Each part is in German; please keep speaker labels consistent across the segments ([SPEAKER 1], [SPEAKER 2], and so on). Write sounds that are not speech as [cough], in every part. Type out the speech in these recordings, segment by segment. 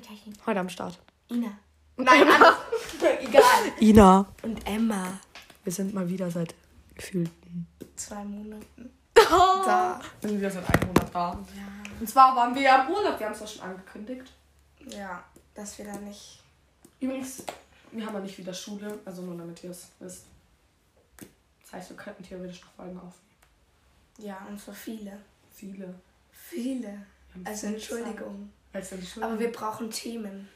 [SPEAKER 1] sprechen.
[SPEAKER 2] Heute am Start.
[SPEAKER 1] Ina. Nein, anders. [laughs] Egal.
[SPEAKER 2] Ina.
[SPEAKER 1] Und Emma.
[SPEAKER 2] Wir sind mal wieder seit gefühlten.
[SPEAKER 1] Zwei Monaten.
[SPEAKER 2] Da. Wir sind wieder seit einem Monat da. Und zwar waren wir ja im Urlaub, wir haben es doch schon angekündigt.
[SPEAKER 1] Ja, dass wir da nicht.
[SPEAKER 2] Übrigens, wir haben ja nicht wieder Schule, also nur damit ihr es wisst. Das heißt, wir könnten theoretisch noch Folgen aufnehmen.
[SPEAKER 1] Ja, und für viele.
[SPEAKER 2] Viele.
[SPEAKER 1] Viele.
[SPEAKER 2] Wir haben
[SPEAKER 1] Also
[SPEAKER 2] viel
[SPEAKER 1] Entschuldigung.
[SPEAKER 2] gesagt. Also Entschuldigung.
[SPEAKER 1] Aber wir brauchen Themen.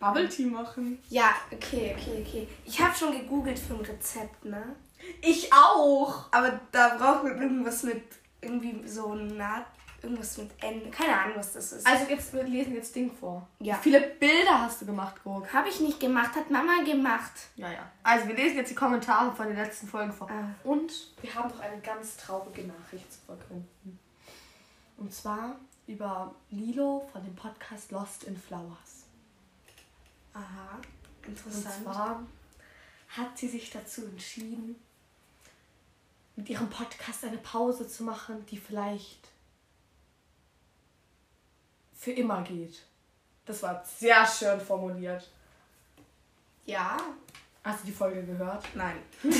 [SPEAKER 2] Bubble Tea machen.
[SPEAKER 1] Ja, okay, okay, okay. Ich habe schon gegoogelt für ein Rezept, ne?
[SPEAKER 2] Ich auch.
[SPEAKER 1] Aber da braucht man irgendwas mit irgendwie so Naht. Irgendwas mit N. Keine Ahnung, was das ist.
[SPEAKER 2] Also jetzt, wir lesen jetzt Ding vor.
[SPEAKER 1] Ja.
[SPEAKER 2] Wie viele Bilder hast du gemacht, Gurk?
[SPEAKER 1] Habe ich nicht gemacht, hat Mama gemacht.
[SPEAKER 2] Ja, ja. Also wir lesen jetzt die Kommentare von den letzten Folgen vor.
[SPEAKER 1] Ah.
[SPEAKER 2] Und wir haben noch eine ganz traurige Nachricht zu verkünden. Und zwar über Lilo von dem Podcast Lost in Flowers.
[SPEAKER 1] Aha,
[SPEAKER 2] Und
[SPEAKER 1] interessant.
[SPEAKER 2] zwar hat sie sich dazu entschieden, mit ihrem Podcast eine Pause zu machen, die vielleicht für immer geht. Das war sehr schön formuliert.
[SPEAKER 1] ja,
[SPEAKER 2] Hast du die Folge gehört?
[SPEAKER 1] nein. [laughs]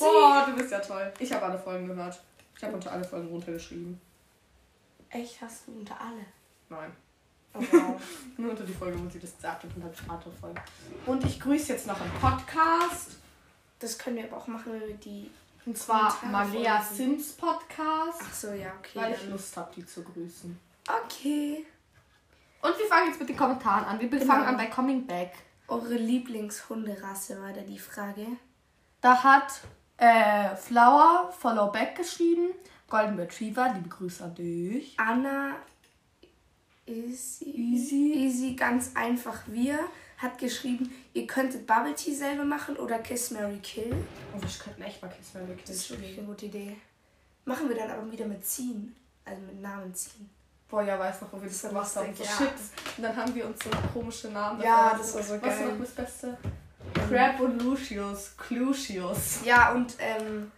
[SPEAKER 1] Oh,
[SPEAKER 2] Boah, du bist ja toll. Ich habe alle Folgen gehört. Ich habe unter alle Folgen runtergeschrieben.
[SPEAKER 1] Echt, hast du unter alle.
[SPEAKER 2] Nein.
[SPEAKER 1] Oh, wow.
[SPEAKER 2] Nur unter die Folge, wo sie das gesagt hat und dann Strato Folge. Und ich grüße jetzt noch einen Podcast.
[SPEAKER 1] Das können wir aber auch machen, wenn wir die.
[SPEAKER 2] Und zwar
[SPEAKER 1] Kommentare
[SPEAKER 2] Maria
[SPEAKER 1] vorlesen.
[SPEAKER 2] Sims Podcast.
[SPEAKER 1] Ach so, ja, okay.
[SPEAKER 2] Weil ich
[SPEAKER 1] dann-
[SPEAKER 2] Lust habe, die zu grüßen.
[SPEAKER 1] Okay.
[SPEAKER 2] Und wir fangen jetzt mit den Kommentaren an. Wir
[SPEAKER 1] Genau.
[SPEAKER 2] fangen an bei Coming Back.
[SPEAKER 1] Eure Lieblingshunderasse war da die Frage.
[SPEAKER 2] Da hat äh, Flower Follow Back geschrieben. Golden Retriever, liebe Grüße an dich.
[SPEAKER 1] Anna Easy,
[SPEAKER 2] Easy.
[SPEAKER 1] Easy, ganz einfach wir, hat geschrieben, ihr könntet Bubble Tea selber machen oder Kiss Mary Kill.
[SPEAKER 2] Oh, wir könnten echt mal Kiss Mary
[SPEAKER 1] Das ist
[SPEAKER 2] Kill
[SPEAKER 1] wirklich eine gute Idee. Machen wir dann aber wieder mit ziehen. Also mit Namen ziehen.
[SPEAKER 2] Boah, ja, weiß noch, wo wir das
[SPEAKER 1] Das
[SPEAKER 2] gemacht
[SPEAKER 1] war
[SPEAKER 2] haben. So
[SPEAKER 1] lustig, ja.
[SPEAKER 2] Shit. Und dann haben wir uns so komische Namen.
[SPEAKER 1] Ja,
[SPEAKER 2] dafür
[SPEAKER 1] das war
[SPEAKER 2] ausgedacht.
[SPEAKER 1] so
[SPEAKER 2] Weißt du
[SPEAKER 1] geil.
[SPEAKER 2] noch das Beste? Crab und Lucius. Clucius.
[SPEAKER 1] Ja, und ähm,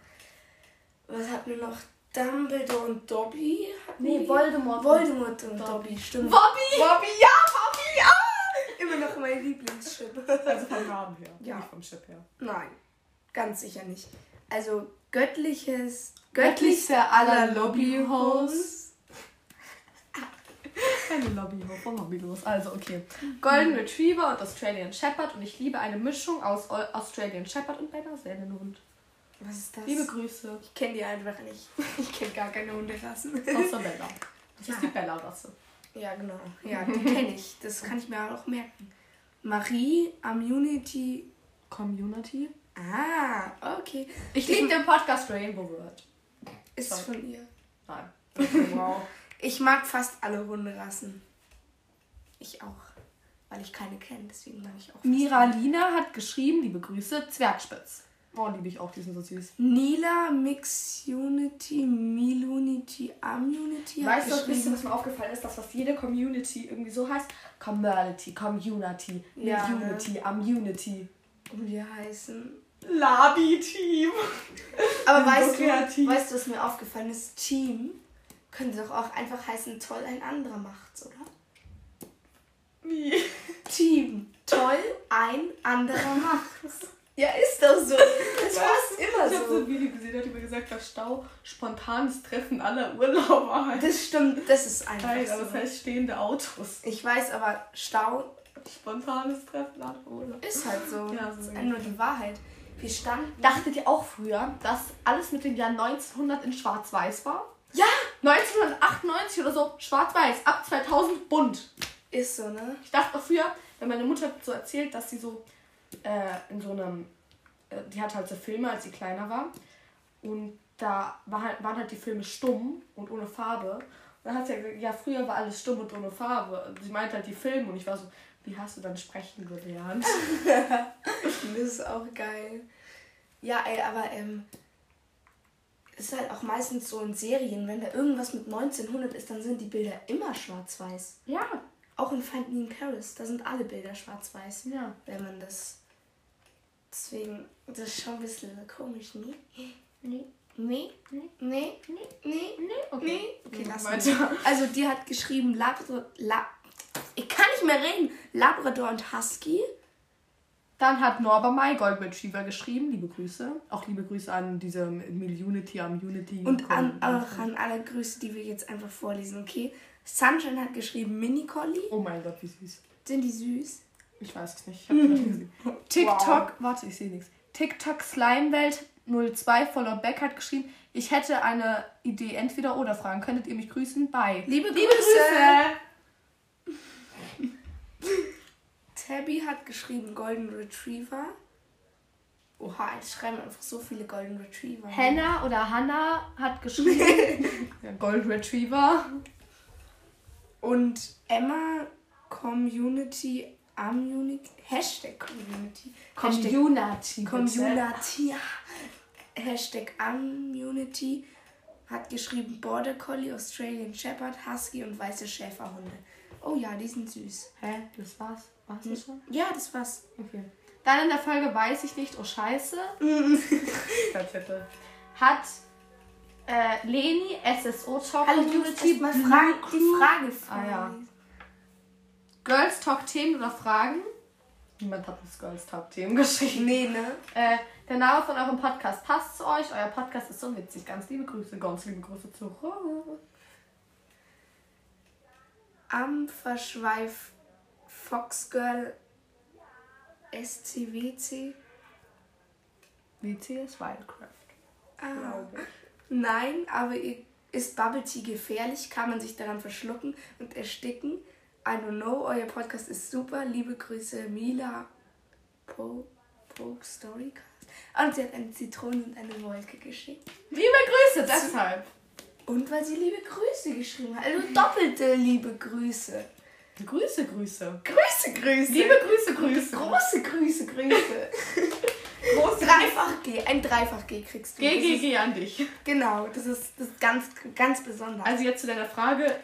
[SPEAKER 1] was hatten wir noch? Dumbledore und Dobby? hatten wir?
[SPEAKER 2] Voldemort.
[SPEAKER 1] Voldemort und Dobby, stimmt.
[SPEAKER 2] Bobby! Bobby, ja, Bobby, ja!
[SPEAKER 1] ah! Immer noch mein Lieblingsschip.
[SPEAKER 2] Also vom Namen her.
[SPEAKER 1] Ja.
[SPEAKER 2] Nicht vom Chip her.
[SPEAKER 1] Nein, ganz sicher nicht. Also göttliches,
[SPEAKER 2] Göttlichste
[SPEAKER 1] göttlichste
[SPEAKER 2] aller Lobbyhosts. Keine Lobby, warum Lobby los? Also, okay. Golden Retriever und Australian Shepherd und ich liebe eine Mischung aus Au- Australian Shepherd und Bernardellenhund.
[SPEAKER 1] Was ist das?
[SPEAKER 2] Liebe Grüße.
[SPEAKER 1] ich kenne die einfach nicht. [laughs] Ich kenne gar keine
[SPEAKER 2] [laughs]
[SPEAKER 1] Hunderassen.
[SPEAKER 2] Außer Bella. Das
[SPEAKER 1] Ja.
[SPEAKER 2] ist die Bella-Rasse.
[SPEAKER 1] Ja, genau. Ja, die kenne ich. Das kann ich mir auch merken. Marie, Immunity.
[SPEAKER 2] Community.
[SPEAKER 1] Ah, okay.
[SPEAKER 2] Ich liebe den Podcast Rainbow World.
[SPEAKER 1] Ist von ihr.
[SPEAKER 2] Nein.
[SPEAKER 1] Wow. Ich mag fast alle Hunderassen. Ich auch. Weil ich keine kenne, deswegen mag ich auch. fast alle.
[SPEAKER 2] Miralina hat geschrieben, liebe Grüße, Zwergspitz. Oh, liebe ich auch, die sind so süß.
[SPEAKER 1] Nila, Mixunity, Milunity, Amunity. hat
[SPEAKER 2] Weißt du, wisst ihr,
[SPEAKER 1] geschrieben.
[SPEAKER 2] was mir aufgefallen ist? Das, was jede Community irgendwie so heißt? Community, Community,
[SPEAKER 1] Ja, ne?
[SPEAKER 2] Unity, Amunity.
[SPEAKER 1] Und wir heißen.
[SPEAKER 2] Labi-Team.
[SPEAKER 1] Aber
[SPEAKER 2] Wir sind
[SPEAKER 1] weißt
[SPEAKER 2] so
[SPEAKER 1] du,
[SPEAKER 2] kreativ.
[SPEAKER 1] weißt du, was mir aufgefallen ist? Team könnte doch auch einfach heißen, toll, ein anderer macht's, oder?
[SPEAKER 2] Wie?
[SPEAKER 1] Team, toll, ein anderer macht's.
[SPEAKER 2] Ja, ist doch
[SPEAKER 1] [laughs]
[SPEAKER 2] so.
[SPEAKER 1] Das passt immer
[SPEAKER 2] Ich habe so
[SPEAKER 1] so.
[SPEAKER 2] ein Video gesehen, da hat jemand gesagt, dass Stau spontanes Treffen aller Urlauber heißt.
[SPEAKER 1] Das stimmt, das ist
[SPEAKER 2] Nein,
[SPEAKER 1] einfach
[SPEAKER 2] aber es
[SPEAKER 1] so.
[SPEAKER 2] heißt stehende Autos.
[SPEAKER 1] Ich weiß, aber Stau
[SPEAKER 2] Spontanes Treffen aller Urlauber.
[SPEAKER 1] ist halt so.
[SPEAKER 2] Ja, so
[SPEAKER 1] das ist
[SPEAKER 2] ist
[SPEAKER 1] einfach nur die Wahrheit. Wir standen.
[SPEAKER 2] Dachtet ihr auch früher, dass alles mit dem Jahr 1900 in schwarz-weiß war?
[SPEAKER 1] Ja!
[SPEAKER 2] 1998 oder so, schwarz-weiß, ab 2000 bunt.
[SPEAKER 1] Ist so, ne?
[SPEAKER 2] Ich dachte auch früher, wenn meine Mutter hat so erzählt, dass sie so äh, in so einem. Äh, die hat halt so Filme, als sie kleiner war. Und da war halt, waren halt die Filme stumm und ohne Farbe. Und dann hat sie ja gesagt, ja, früher war alles stumm und ohne Farbe. Sie meint halt die Filme und ich war so, wie hast du dann sprechen gelernt?
[SPEAKER 1] Das ist auch geil. Ja, ey, aber ähm, ist halt auch meistens so in Serien, wenn da irgendwas mit 1900 ist, dann sind die Bilder immer schwarz-weiß.
[SPEAKER 2] ja,
[SPEAKER 1] Auch in Find Me in Paris, da sind alle Bilder schwarz-weiß,
[SPEAKER 2] ja.
[SPEAKER 1] wenn man das. Deswegen, das ist schon ein bisschen komisch, ne?
[SPEAKER 2] Nee,
[SPEAKER 1] Nee,
[SPEAKER 2] Nee.
[SPEAKER 1] nee,
[SPEAKER 2] nee,
[SPEAKER 1] nee,
[SPEAKER 2] nee, okay.
[SPEAKER 1] nee. Okay, lass mal.
[SPEAKER 2] weiter.
[SPEAKER 1] Also, die hat geschrieben, Labrador. La ich kann nicht nicht mehr reden. Labrador und Husky.
[SPEAKER 2] Dann hat Norbert May Golden Retriever geschrieben. Liebe Grüße. Auch liebe Grüße an diese Millunity am Unity.
[SPEAKER 1] Und an, auch an alle Grüße, die wir jetzt einfach vorlesen, okay? Sunshine hat geschrieben Mini Collie.
[SPEAKER 2] Oh mein Gott, wie süß.
[SPEAKER 1] Sind die süß?
[SPEAKER 2] Ich weiß es nicht. Ich hab die noch nicht gesehen. TikTok, warte, ich sehe nichts. TikTok Slimewelt 02 Follow Back hat geschrieben, ich hätte eine Idee, entweder oder fragen. Könntet ihr mich grüßen? Bye.
[SPEAKER 1] Liebe Tabby hat geschrieben Golden Retriever. Oha, jetzt schreiben einfach so viele Golden Retriever.
[SPEAKER 2] Hannah oder Hannah hat geschrieben. [laughs] ja, Gold Retriever.
[SPEAKER 1] Und Emma Community Amunity. Hashtag Community. Hashtag
[SPEAKER 2] Community. Community.
[SPEAKER 1] Community. ja. Hashtag Amunity hat geschrieben Border Collie, Australian Shepherd, Husky und weiße Schäferhunde. Oh ja, die sind süß.
[SPEAKER 2] Hä? Das war's? War's das schon?
[SPEAKER 1] Ja, das war's.
[SPEAKER 2] Okay. Dann in der Folge weiß ich nicht, oh scheiße, Halt, hat äh, Leni SSO Talk
[SPEAKER 1] Hallo, du musst
[SPEAKER 2] Community
[SPEAKER 1] erstmal Fragen, Fragen
[SPEAKER 2] Ah, ja.
[SPEAKER 1] vorlesen.
[SPEAKER 2] Girls Talk Themen oder Fragen. Niemand hat uns Girls Talk Themen geschrieben.
[SPEAKER 1] Nee, ne?
[SPEAKER 2] Äh, der Name von eurem Podcast passt zu euch. Euer Podcast ist so witzig. Ganz liebe Grüße, ganz liebe Grüße zurück.
[SPEAKER 1] Am Verschweif Foxgirl SCWC.
[SPEAKER 2] WC ist Wildcraft.
[SPEAKER 1] Ah. Nein, aber ihr- ist Bubble Tea gefährlich? Kann man sich daran verschlucken und ersticken? I don't know, euer Podcast ist super. Liebe Grüße, Mila Po Poke Storycast. Und sie hat eine Zitrone und eine Wolke geschickt.
[SPEAKER 2] Liebe Grüße deshalb.
[SPEAKER 1] Und weil sie liebe Grüße geschrieben hat. Also doppelte liebe Grüße.
[SPEAKER 2] Grüße, Grüße.
[SPEAKER 1] Grüße, Grüße.
[SPEAKER 2] Liebe Grüße, Grüße.
[SPEAKER 1] Große Grüße, Grüße.
[SPEAKER 2] [laughs] Große
[SPEAKER 1] Dreifach G, ein Dreifach G kriegst du. Das ist,
[SPEAKER 2] GGG an dich.
[SPEAKER 1] genau, das ist, das ist ganz, ganz besonders.
[SPEAKER 2] Also jetzt zu deiner Frage.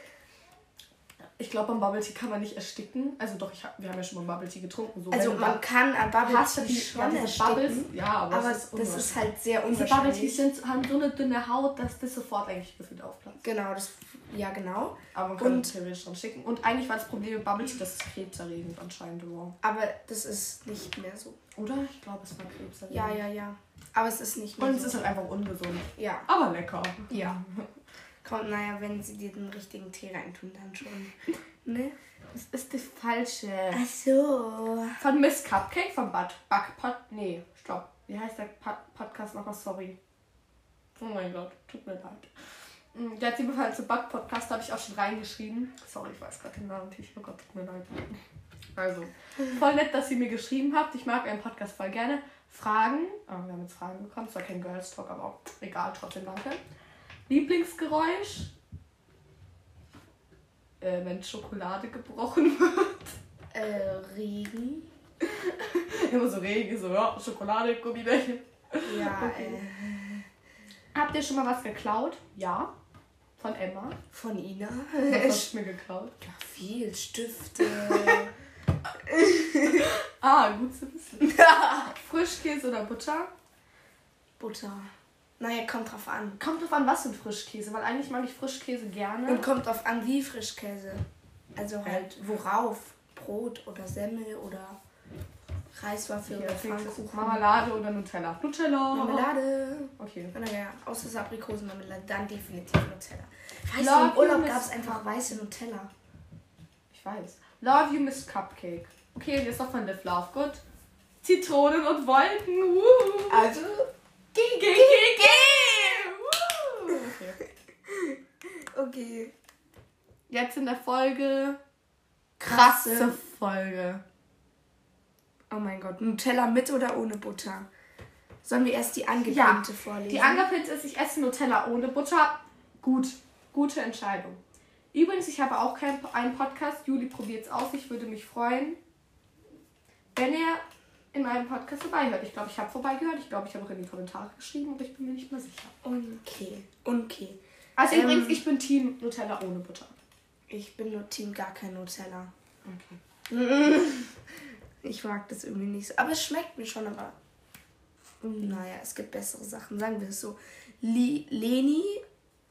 [SPEAKER 2] Ich glaube, am Bubble Tea kann man nicht ersticken. Also doch, ich hab, wir haben ja schon mal Bubble Tea getrunken. So,
[SPEAKER 1] Also
[SPEAKER 2] wenn du
[SPEAKER 1] man
[SPEAKER 2] da-
[SPEAKER 1] kann an Bubble
[SPEAKER 2] hast du
[SPEAKER 1] Tea
[SPEAKER 2] die
[SPEAKER 1] schon
[SPEAKER 2] ja, diese Bubbles.
[SPEAKER 1] ersticken,
[SPEAKER 2] Ja, aber,
[SPEAKER 1] aber
[SPEAKER 2] es ist
[SPEAKER 1] das
[SPEAKER 2] unwahrscheinlich.
[SPEAKER 1] ist halt sehr
[SPEAKER 2] Diese Bubble Teas
[SPEAKER 1] unwahrscheinlich.
[SPEAKER 2] sind, haben so eine dünne Haut, dass das sofort eigentlich gefühlt aufplatzt.
[SPEAKER 1] Genau, das, ja genau.
[SPEAKER 2] Aber man kann
[SPEAKER 1] Und-
[SPEAKER 2] und, theoretisch dran schicken. Und eigentlich war das Problem mit Bubble Tea, dass es krebserregend anscheinend war.
[SPEAKER 1] Aber das ist nicht mehr so.
[SPEAKER 2] Oder? Ich glaube, es war krebserregend.
[SPEAKER 1] Ja, ja, ja. Aber es ist nicht mehr
[SPEAKER 2] Und es
[SPEAKER 1] so.
[SPEAKER 2] ist halt einfach ungesund.
[SPEAKER 1] ja,
[SPEAKER 2] Aber lecker.
[SPEAKER 1] ja. Kommt, naja, wenn sie dir den richtigen Tee reintun, dann [laughs] schon. Ne?
[SPEAKER 2] Das ist die falsche.
[SPEAKER 1] Ach so.
[SPEAKER 2] Von Miss Cupcake, von Bud Backpot. Nee, stopp. Wie heißt der Pa- Podcast nochmal? Sorry. Oh mein Gott, tut mir leid. Mm, Der hat ebenfalls zu Bug Podcast, habe ich auch schon reingeschrieben. Sorry, ich weiß gerade den Namen nicht. Oh Gott, tut mir leid. Also, voll nett, dass ihr mir geschrieben habt. Ich mag euren Podcast voll gerne. Fragen. Ah, wir haben jetzt Fragen bekommen. Zwar kein Girls Talk, aber auch egal, trotzdem danke. Lieblingsgeräusch. Äh, wenn Schokolade gebrochen [laughs] wird.
[SPEAKER 1] Äh, Regen.
[SPEAKER 2] Immer so Regen, so, ja, Schokolade, Gummibärchen.
[SPEAKER 1] [laughs] Ja, äh,
[SPEAKER 2] Habt ihr schon mal was geklaut? Ja. Von [laughs] Emma.
[SPEAKER 1] äh, von [laughs] Ina.
[SPEAKER 2] Was hast du mir geklaut?
[SPEAKER 1] Ja, viel Stifte.
[SPEAKER 2] Ah, gut zu wissen. [laughs] Frischkäse oder Butter?
[SPEAKER 1] Butter. Naja, kommt drauf an.
[SPEAKER 2] Kommt drauf an, was für ein Frischkäse, weil eigentlich mag ich Frischkäse gerne.
[SPEAKER 1] Und kommt drauf an, wie Frischkäse. Also halt, worauf? Brot oder Semmel oder Reiswaffel
[SPEAKER 2] Hier,
[SPEAKER 1] oder
[SPEAKER 2] als nächstes
[SPEAKER 1] Pfannkuchen.
[SPEAKER 2] Marmelade oder Nutella. Nutella.
[SPEAKER 1] Marmelade.
[SPEAKER 2] Okay.
[SPEAKER 1] Oder ja, außer es Aprikosenmarmelade, dann definitiv Nutella. Weißt du,
[SPEAKER 2] Love
[SPEAKER 1] im
[SPEAKER 2] you,
[SPEAKER 1] Urlaub
[SPEAKER 2] Miss-
[SPEAKER 1] gab es einfach weiße Nutella.
[SPEAKER 2] Ich weiß. Love you, Miss Cupcake. Okay, und jetzt noch von Live Love Good. Zitronen und Wolken. Woo.
[SPEAKER 1] Also,
[SPEAKER 2] Geh, geh, geh, geh. Woo. Okay.
[SPEAKER 1] okay.
[SPEAKER 2] Jetzt in der Folge.
[SPEAKER 1] Krasse.
[SPEAKER 2] Folge.
[SPEAKER 1] Oh mein Gott, Nutella mit oder ohne Butter? Sollen wir erst die angekündigte vorlesen?
[SPEAKER 2] Die Angepilz ist, ich esse Nutella ohne Butter. Gut. Gute Entscheidung. Übrigens, ich habe auch keinen einen Podcast. Juli probiert's aus. Ich würde mich freuen, wenn ihr in meinem Podcast vorbeihört. Ich glaube, ich habe vorbeigehört. Ich glaube, ich habe auch in die Kommentare geschrieben, aber ich bin mir nicht mehr sicher.
[SPEAKER 1] Okay, okay.
[SPEAKER 2] Also
[SPEAKER 1] Ähm.
[SPEAKER 2] übrigens, ich bin Team Nutella ohne Butter.
[SPEAKER 1] Ich bin nur Team gar kein Nutella.
[SPEAKER 2] Okay.
[SPEAKER 1] Ich mag das irgendwie nicht so. Aber es schmeckt mir schon, aber. Naja, es gibt bessere Sachen, sagen wir es so. Li Leni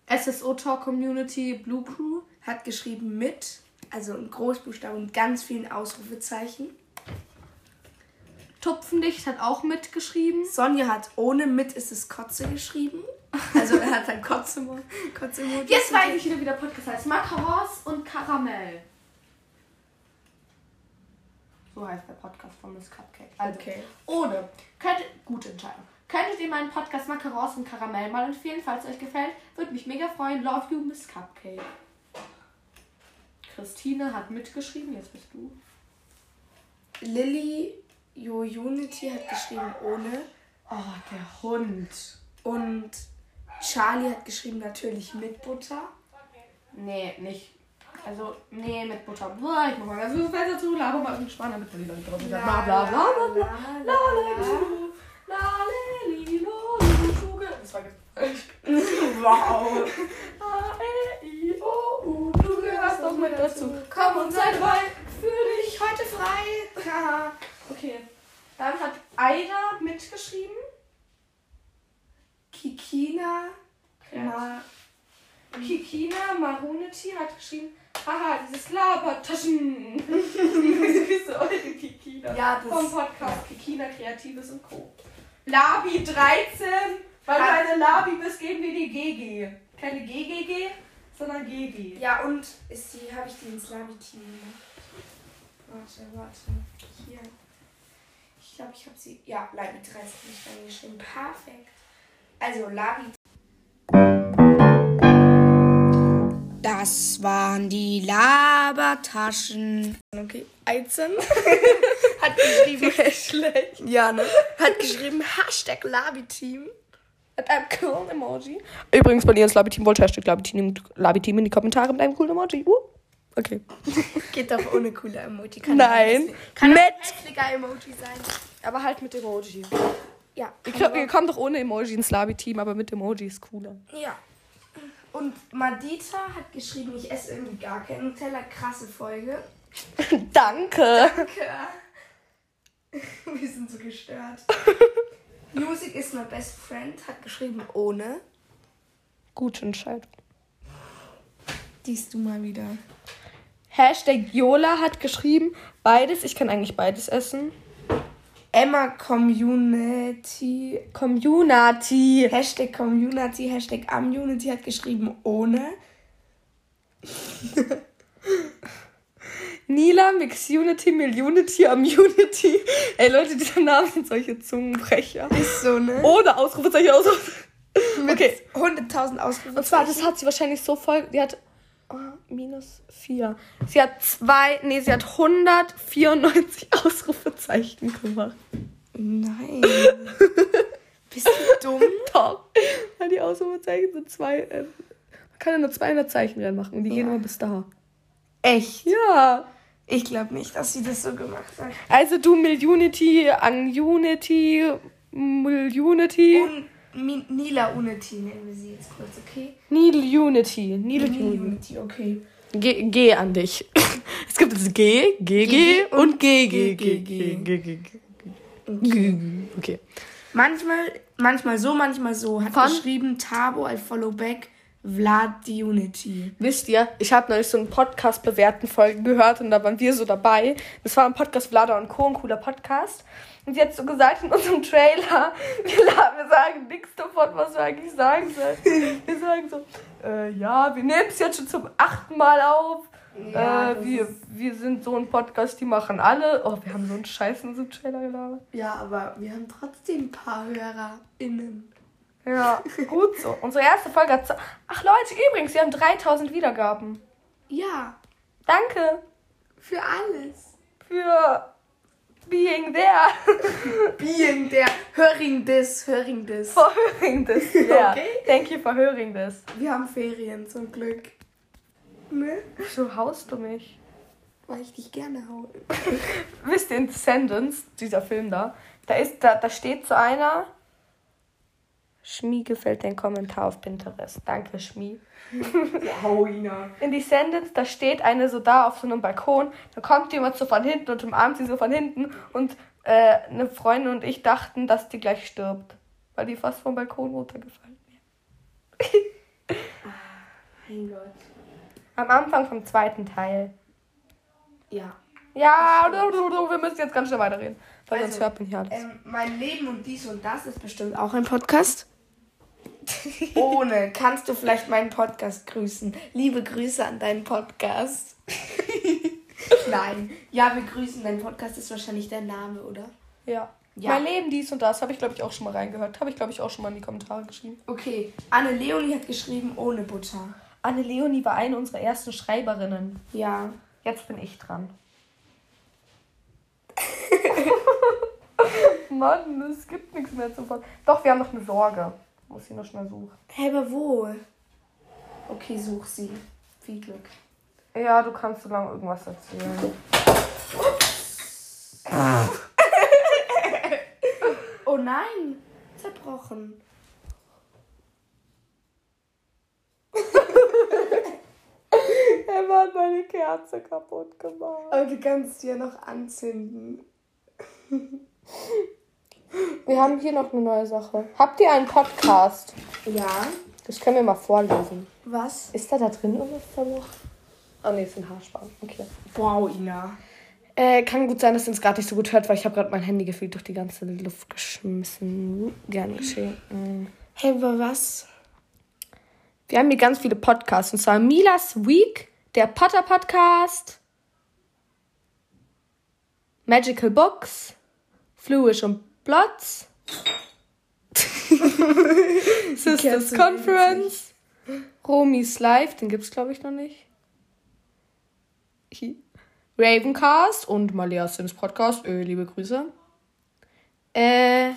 [SPEAKER 2] SSO Talk Community Blue Crew.
[SPEAKER 1] hat geschrieben mit also in Großbuchstaben und ganz vielen Ausrufezeichen.
[SPEAKER 3] Tupfendicht hat auch mitgeschrieben.
[SPEAKER 1] Sonja hat ohne mit ist es Kotze geschrieben. Also er hat dann Kotze, Kotze
[SPEAKER 3] Jetzt weiß ich wieder, wie der Podcast heißt. Macarons und Karamell. So heißt der Podcast von Miss Cupcake. Also,
[SPEAKER 1] Okay.
[SPEAKER 3] Ohne. Könnt, gute Entscheidung. Könntet ihr meinen Podcast Macarons und Karamell mal empfehlen, falls euch gefällt? Würde mich mega freuen. Love you, Miss Cupcake. Christine hat mitgeschrieben. Jetzt bist du.
[SPEAKER 1] Lilly Your Unity hat geschrieben ohne.
[SPEAKER 3] Oh, der Hund.
[SPEAKER 1] Und Charlie hat geschrieben natürlich mit Butter.
[SPEAKER 3] Nee, nicht. Also, nee, mit Butter. Blah, ich mach mal ganz süßes Fett dazu. Laber mal einen Spann, damit man die Leute drauf sind. Bla, bla, bla, bla, bla, bla. La, la, lu, la, le, li, lo, lu, Vogel. Das war jetzt.
[SPEAKER 1] Wow.
[SPEAKER 3] A, E, I, O, U. Du gehörst doch mit dazu. Komm und sei dabei. Fühl dich heute frei. Haha. okay. Dann hat Aida mitgeschrieben.
[SPEAKER 1] Kikina. Ma
[SPEAKER 3] Kikina Marunity hat geschrieben, haha, dieses Labertaschen. Liebe Grüße, eure Kikina.
[SPEAKER 1] Ja, das-
[SPEAKER 3] Vom Podcast Kikina Kreatives und Co. Labi 13, weil
[SPEAKER 1] Ah.
[SPEAKER 3] du eine Labi bist, geben wir die GG. Keine GGG, sondern GG.
[SPEAKER 1] ja, und ist die, habe ich die ins Labi-Team gemacht? Warte, warte. Hier. Ich glaube, ich habe sie. Ja, Labi 13 nicht reingeschrieben. Perfekt. Also Labi. Das waren die Labertaschen. Okay, Eizen [laughs] hat [laughs] geschrieben, schlecht. Ja, ne? Hat [laughs] geschrieben, Hashtag Labi-Team. Mit einem coolen Emoji.
[SPEAKER 3] Übrigens bei dir ins Labi-Team wollt Hashtag Labi-Team in die Kommentare mit einem coolen Emoji. Uh. Okay.
[SPEAKER 1] Geht doch ohne cooler Emoji. Kann
[SPEAKER 3] Nein.
[SPEAKER 1] Kann
[SPEAKER 3] Mit.
[SPEAKER 1] auch ein hässlicher Emoji sein.
[SPEAKER 3] Aber halt mit Emoji.
[SPEAKER 1] Ja.
[SPEAKER 3] ihr kommt doch ohne Emoji ins Labi-Team, aber mit Emoji ist cooler.
[SPEAKER 1] Ja. Und Madita hat geschrieben, ich esse irgendwie gar keinen Nutella. Krasse Folge.
[SPEAKER 3] [laughs] Danke.
[SPEAKER 1] Danke. [laughs] Wir sind so
[SPEAKER 3] [laughs]
[SPEAKER 1] gestört. Music is my best friend hat geschrieben ohne.
[SPEAKER 3] Gute Entscheidung.
[SPEAKER 1] Dies du mal wieder.
[SPEAKER 3] Hashtag Yola hat geschrieben, beides, ich kann eigentlich beides essen.
[SPEAKER 1] Emma Community.
[SPEAKER 3] Community.
[SPEAKER 1] Hashtag Community, Hashtag Amunity hat geschrieben ohne.
[SPEAKER 3] Nila, Mixunity, Millunity, Amunity. Ey Leute, diese Namen sind solche Zungenbrecher.
[SPEAKER 1] Ist so, ne?
[SPEAKER 3] Ohne Ausrufezeichen, Ausrufezeichen. Okay.
[SPEAKER 1] Oh. 100.000 Ausrufe.
[SPEAKER 3] Und zwar, das hat sie wahrscheinlich so voll. Die hat. Oh, minus 4. Sie hat zwei. Nee, sie hat 194 [laughs] Ausrufezeichen gemacht.
[SPEAKER 1] [laughs] Nein. Bist du dumm?
[SPEAKER 3] Doch. Weil die Ausrufezeichen sind zwei. ähm, man kann ja nur 200 Zeichen reinmachen. Und die gehen
[SPEAKER 1] Ja.
[SPEAKER 3] immer bis da.
[SPEAKER 1] Echt?
[SPEAKER 3] Ja.
[SPEAKER 1] Ich glaube nicht, dass sie das so gemacht hat.
[SPEAKER 3] Also du Millunity, Angunity, Millunity.
[SPEAKER 1] Und Mi Nila Unity nennen wir sie jetzt kurz, okay?
[SPEAKER 3] Nilunity.
[SPEAKER 1] Nila
[SPEAKER 3] Nilunity.
[SPEAKER 1] Unity, okay.
[SPEAKER 3] G, G an dich. [laughs] Es gibt das G, GG und GG.
[SPEAKER 1] GG.
[SPEAKER 3] Okay.
[SPEAKER 1] Manchmal, manchmal so, manchmal so. Hat
[SPEAKER 3] Von-
[SPEAKER 1] geschrieben Tabo als Followback Vlad the Unity.
[SPEAKER 3] Wisst ihr, ich habe neulich so einen Podcast bewährten Folgen gehört und da waren wir so dabei. Das war ein Podcast Vlada und Co. Ein cooler Podcast. Und sie hat so gesagt in unserem Trailer, [laughs] wir, la- wir sagen nichts davon, was wir eigentlich sagen sollen. Wir sagen so, äh, ja, wir nehmen es jetzt schon zum achten Mal auf.
[SPEAKER 1] Ja,
[SPEAKER 3] äh,
[SPEAKER 1] das
[SPEAKER 3] wir,
[SPEAKER 1] ist-
[SPEAKER 3] wir sind so ein Podcast, die machen alle. Oh, wir haben so einen Scheiß in unserem Trailer gelabert.
[SPEAKER 1] Ja, aber wir haben trotzdem ein paar HörerInnen.
[SPEAKER 3] Ja, gut so. Unsere erste Folge hat... z- Ach Leute, übrigens, wir haben 3000 Wiedergaben.
[SPEAKER 1] Ja,
[SPEAKER 3] Danke.
[SPEAKER 1] für alles.
[SPEAKER 3] für being there. [laughs]
[SPEAKER 1] Being der Höring des, Höring des.
[SPEAKER 3] For hearing this. Yeah.
[SPEAKER 1] Okay.
[SPEAKER 3] Thank you for hearing this.
[SPEAKER 1] Wir haben Ferien zum Glück. Ne?
[SPEAKER 3] Wieso haust du mich?
[SPEAKER 1] Weil ich dich gerne hau.
[SPEAKER 3] Wisst ihr, in Descendants, dieser Film da, da, ist, da, da steht so einer. Schmi gefällt dein Kommentar auf Pinterest. Danke, Schmi.
[SPEAKER 1] Hau Ina.
[SPEAKER 3] In Descendants, da steht eine so da auf so einem Balkon. Da kommt jemand so von hinten und umarmt sie so von hinten. Und äh, eine Freundin und ich dachten, dass die gleich stirbt. Weil die fast vom Balkon runtergefallen wäre.
[SPEAKER 1] Mein Gott.
[SPEAKER 3] Am Anfang vom zweiten Teil.
[SPEAKER 1] Ja.
[SPEAKER 3] Ja, wir müssen jetzt ganz schnell weiterreden. Weil sonst
[SPEAKER 1] Also,
[SPEAKER 3] hört man hier alles.
[SPEAKER 1] Ähm, mein Leben und dies und das ist bestimmt auch ein [laughs] Podcast. Ohne. Kannst du vielleicht meinen Podcast grüßen? Liebe Grüße an deinen [laughs] Podcast. Nein. Ja, wir grüßen. Dein Podcast ist wahrscheinlich dein Name, oder?
[SPEAKER 3] Ja.
[SPEAKER 1] Ja.
[SPEAKER 3] Mein Leben, dies und das, habe ich, glaube ich, auch schon mal reingehört. Habe ich, glaube ich, auch schon mal in die Kommentare geschrieben.
[SPEAKER 1] Okay. Anne Leonie hat geschrieben ohne Butter.
[SPEAKER 3] Anne Leonie war eine unserer ersten Schreiberinnen.
[SPEAKER 1] Ja.
[SPEAKER 3] Jetzt bin ich dran. [laughs] Mann, es gibt nichts mehr zu ver- Doch, wir haben noch eine Sorge. Muss ich noch schnell suchen.
[SPEAKER 1] Hä, aber wo? Okay, such sie. Viel Glück.
[SPEAKER 3] Ja, du kannst so lange irgendwas erzählen.
[SPEAKER 1] Oh nein. Zerbrochen.
[SPEAKER 3] Er hat meine Kerze kaputt gemacht.
[SPEAKER 1] Aber du kannst sie ja noch anzünden.
[SPEAKER 3] Wir haben hier noch eine neue Sache. Habt ihr einen Podcast?
[SPEAKER 1] Ja.
[SPEAKER 3] Das können wir mal vorlesen.
[SPEAKER 1] Was?
[SPEAKER 3] Ist da da drin irgendwas verbrochen? Ah ne, ist ein Haarspann. Okay.
[SPEAKER 1] Wow, Ina.
[SPEAKER 3] Äh, kann gut sein, dass ihr uns gerade nicht so gut hört, weil ich habe gerade mein Handy gefühlt durch die ganze Luft geschmissen. Gern geschehen.
[SPEAKER 1] Hä, aber was?
[SPEAKER 3] Wir haben hier ganz viele Podcasts. Und zwar Milas Week, der Potter Podcast, Magical Books, Fluish und Plots, Sisters
[SPEAKER 1] Kerzen werden
[SPEAKER 3] Conference, Romis Live, den gibt's glaube ich noch nicht. Hi. Ravencast und Malia Sims Podcast. Ö, liebe Grüße. Äh,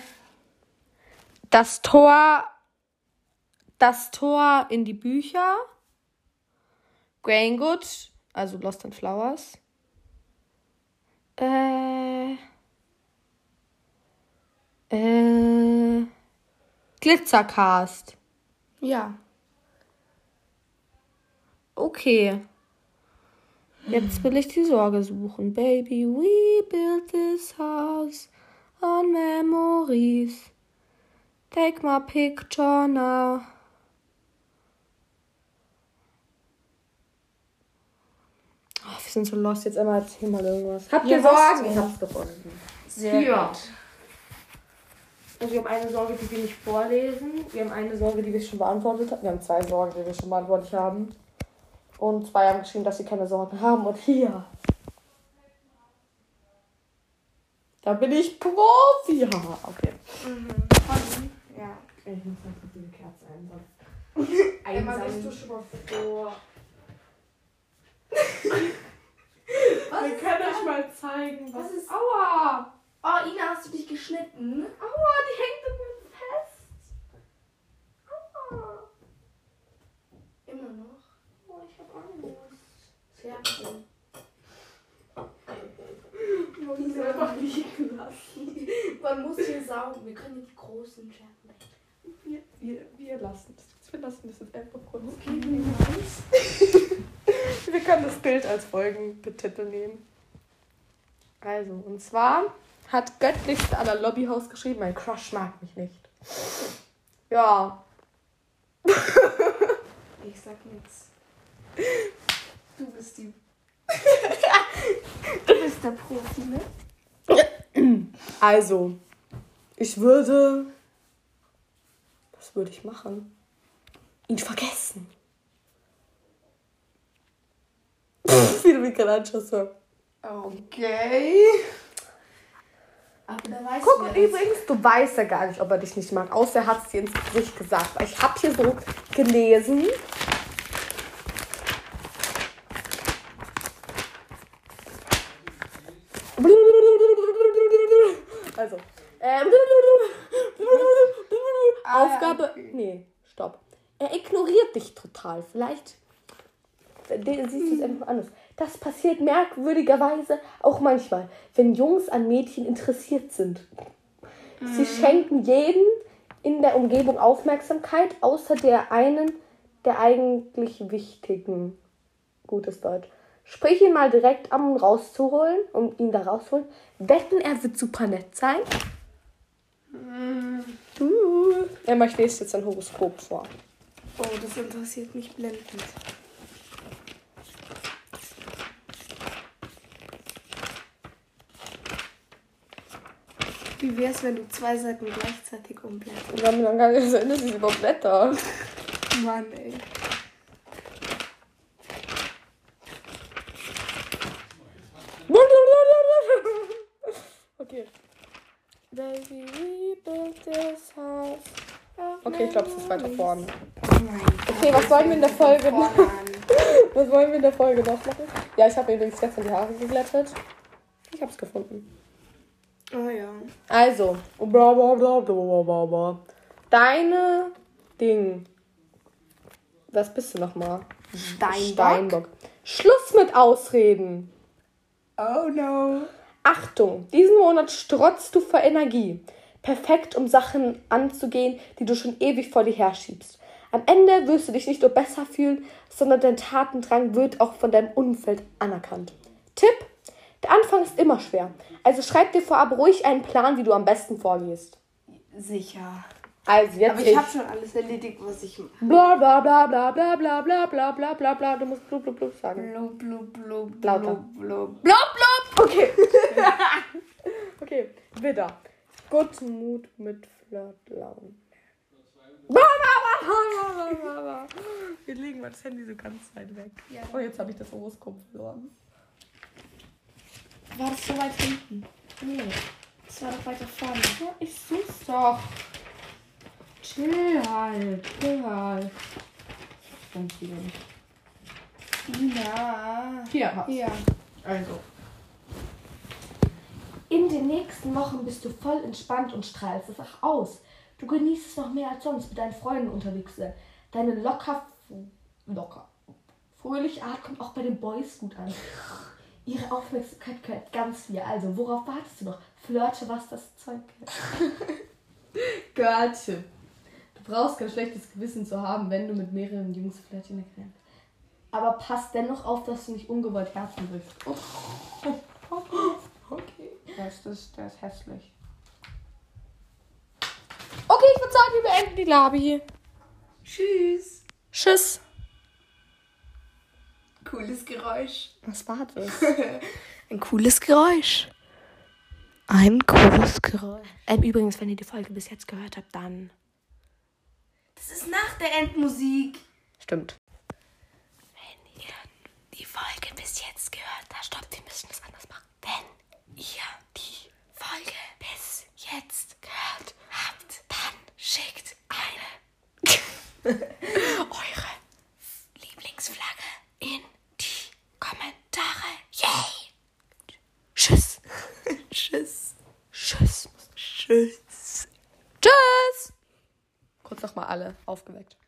[SPEAKER 3] das Tor das Tor in die Bücher. Graingood, also Lost in Flowers. Äh. Äh. Glitzercast.
[SPEAKER 1] Ja.
[SPEAKER 3] Okay. Jetzt will ich die Sorge suchen. Baby, we built this house on memories. Take my picture now. Oh, wir sind so lost. Jetzt einmal erzähl mal irgendwas. Habt
[SPEAKER 1] ihr Sorgen?
[SPEAKER 3] Ich hab's gefunden.
[SPEAKER 1] Sehr
[SPEAKER 2] Ja.
[SPEAKER 1] gut.
[SPEAKER 3] Also wir haben eine Sorge, die wir nicht vorlesen. Wir haben eine Sorge, die wir schon beantwortet haben. Wir haben zwei Sorgen, die wir schon beantwortet haben. Und zwei haben geschrieben, dass sie keine Sorgen haben. Und hier. Da bin ich Profi. [laughs] Haha, okay.
[SPEAKER 1] Ja.
[SPEAKER 3] Ich muss einfach diese Kerze einsammeln.
[SPEAKER 1] Emma, bist du schon mal vor?
[SPEAKER 2] Wir können euch mal zeigen, was,
[SPEAKER 1] Was ist-
[SPEAKER 2] ist. Aua!
[SPEAKER 1] Oh, Ina, hast du dich geschnitten?
[SPEAKER 2] Aua, die hängt in mir fest.
[SPEAKER 1] Immer noch. Oh, ich hab Angst. Sehr cool.
[SPEAKER 2] Die sind einfach liegen lassen.
[SPEAKER 1] Man muss hier saugen. Wir können die großen Scherben weg.
[SPEAKER 2] Wir, wir, wir lassen das jetzt. Wir lassen das jetzt einfach kurz.
[SPEAKER 3] Wir können das Bild als Folgentitel nehmen. Also, und zwar hat göttlichst aller Lobbyhaus geschrieben, mein Crush mag mich nicht. Ja,
[SPEAKER 1] Ich sag nichts. Du bist die. [laughs] du bist der Profi, ne?
[SPEAKER 3] Also, ich würde. Was würde ich machen? Ihn vergessen. [laughs] Wie du mich gerade anschaust. so.
[SPEAKER 1] Okay. Aber da weißt
[SPEAKER 3] Guck,
[SPEAKER 1] du
[SPEAKER 3] und
[SPEAKER 1] ja,
[SPEAKER 3] übrigens, du weißt ja gar nicht, ob er dich nicht mag. Außer er hat es dir ins Gesicht gesagt. Weil Ich habe hier so gelesen. Also. ähm, Aufgabe. Nee, stopp. Er ignoriert dich total. Vielleicht den siehst du es einfach anders. Das passiert merkwürdigerweise auch manchmal, wenn Jungs an Mädchen interessiert sind. Sie schenken jedem in der Umgebung Aufmerksamkeit, außer der einen, der eigentlich wichtigen. Gutes Deutsch. Sprich ihn mal direkt an, um rauszuholen, um ihn da rauszuholen. Wetten, er wird super nett sein. Uh. Emma, ich lese jetzt ein Horoskop vor.
[SPEAKER 1] Oh, das interessiert mich blendend. Wie wär's, wenn du zwei Seiten gleichzeitig umblätterst?
[SPEAKER 3] Wir haben dann gar nicht gesehen, dass ich über Blätter.
[SPEAKER 1] Mann, ey.
[SPEAKER 3] [laughs] Okay. Baby, we built this house. Okay, ich glaube, es ist weiter vorne. Okay, was sollen wir in der Folge
[SPEAKER 1] Oh,
[SPEAKER 3] noch? Was wollen wir in der Folge noch machen? Ja, ich habe mir übrigens gestern die Haare geglättet. Ich habe es gefunden.
[SPEAKER 1] Oh ja.
[SPEAKER 3] Also, bla bla bla bla bla bla bla. Deine Ding. Was bist du nochmal?
[SPEAKER 1] Steinbock?
[SPEAKER 3] Steinbock. Schluss mit Ausreden.
[SPEAKER 1] Oh no.
[SPEAKER 3] Achtung, diesen Monat strotzt du vor Energie. Perfekt, um Sachen anzugehen, die du schon ewig vor dir herschiebst. Am Ende wirst du dich nicht nur besser fühlen, sondern dein Tatendrang wird auch von deinem Umfeld anerkannt. Tipp: Der Anfang ist immer schwer. Also schreib dir vorab ruhig einen Plan, wie du am besten vorgehst.
[SPEAKER 1] Sicher.
[SPEAKER 3] Also jetzt
[SPEAKER 1] Aber ich habe schon alles erledigt, was ich mache.
[SPEAKER 3] Bla bla bla bla bla bla bla bla bla bla bla. Du musst blub blub blub sagen.
[SPEAKER 1] Blub, blub, blub,
[SPEAKER 3] Lauter.
[SPEAKER 1] blub, blub.
[SPEAKER 3] Blub blub. Okay. okay. Wieder. Guten Mut mit Flirtlaune. Bla, bla, bla, bla, bla, bla, bla. Wir legen mal das Handy so ganz weit weg.
[SPEAKER 1] Ja.
[SPEAKER 3] Oh, jetzt habe ich das Horoskop verloren.
[SPEAKER 1] War das so weit hinten?
[SPEAKER 3] Nee.
[SPEAKER 1] Das war doch weiter vorne.
[SPEAKER 2] Ja, ich such's doch. Chill halt, chill halt. Ich find's wieder nicht.
[SPEAKER 1] Na.
[SPEAKER 2] Hier, hab's.
[SPEAKER 1] Ja.
[SPEAKER 2] Also.
[SPEAKER 3] In den nächsten Wochen bist du voll entspannt und strahlst es auch aus. Du genießt es noch mehr als sonst, mit deinen Freunden unterwegs zu sein. Deine locker, locker, fröhliche Art kommt auch bei den Boys gut an. Ihre Aufmerksamkeit gehört ganz viel. Also, worauf wartest du noch? Flirte, was das Zeug
[SPEAKER 2] [laughs]
[SPEAKER 3] hält.
[SPEAKER 2] Girlship. Du brauchst kein schlechtes Gewissen zu haben, wenn du mit mehreren Jungs flirtst in der Grenze. Aber pass dennoch auf, dass du nicht ungewollt Herzen brichst.
[SPEAKER 1] Okay.
[SPEAKER 2] Das ist, das ist hässlich.
[SPEAKER 3] Okay, ich würde sagen, wir beenden die Labi.
[SPEAKER 1] Tschüss.
[SPEAKER 3] Tschüss.
[SPEAKER 1] Cooles Geräusch.
[SPEAKER 3] Was war das?
[SPEAKER 1] Ein cooles Geräusch. Ein cooles Geräusch.
[SPEAKER 3] Ähm, übrigens, wenn ihr die Folge bis jetzt gehört habt, dann.
[SPEAKER 1] Das ist nach der Endmusik.
[SPEAKER 3] Stimmt.
[SPEAKER 1] Wenn ihr die Folge bis jetzt gehört habt, stoppt, wir müssen das anders machen. Wenn ihr die Folge bis jetzt gehört habt, dann schickt eine [laughs] eure Lieblingsflagge in die Kommentare. Yay! Tschüss. [laughs] Tschüss. Tschüss. Tschüss.
[SPEAKER 3] Tschüss! Kurz nochmal alle aufgeweckt.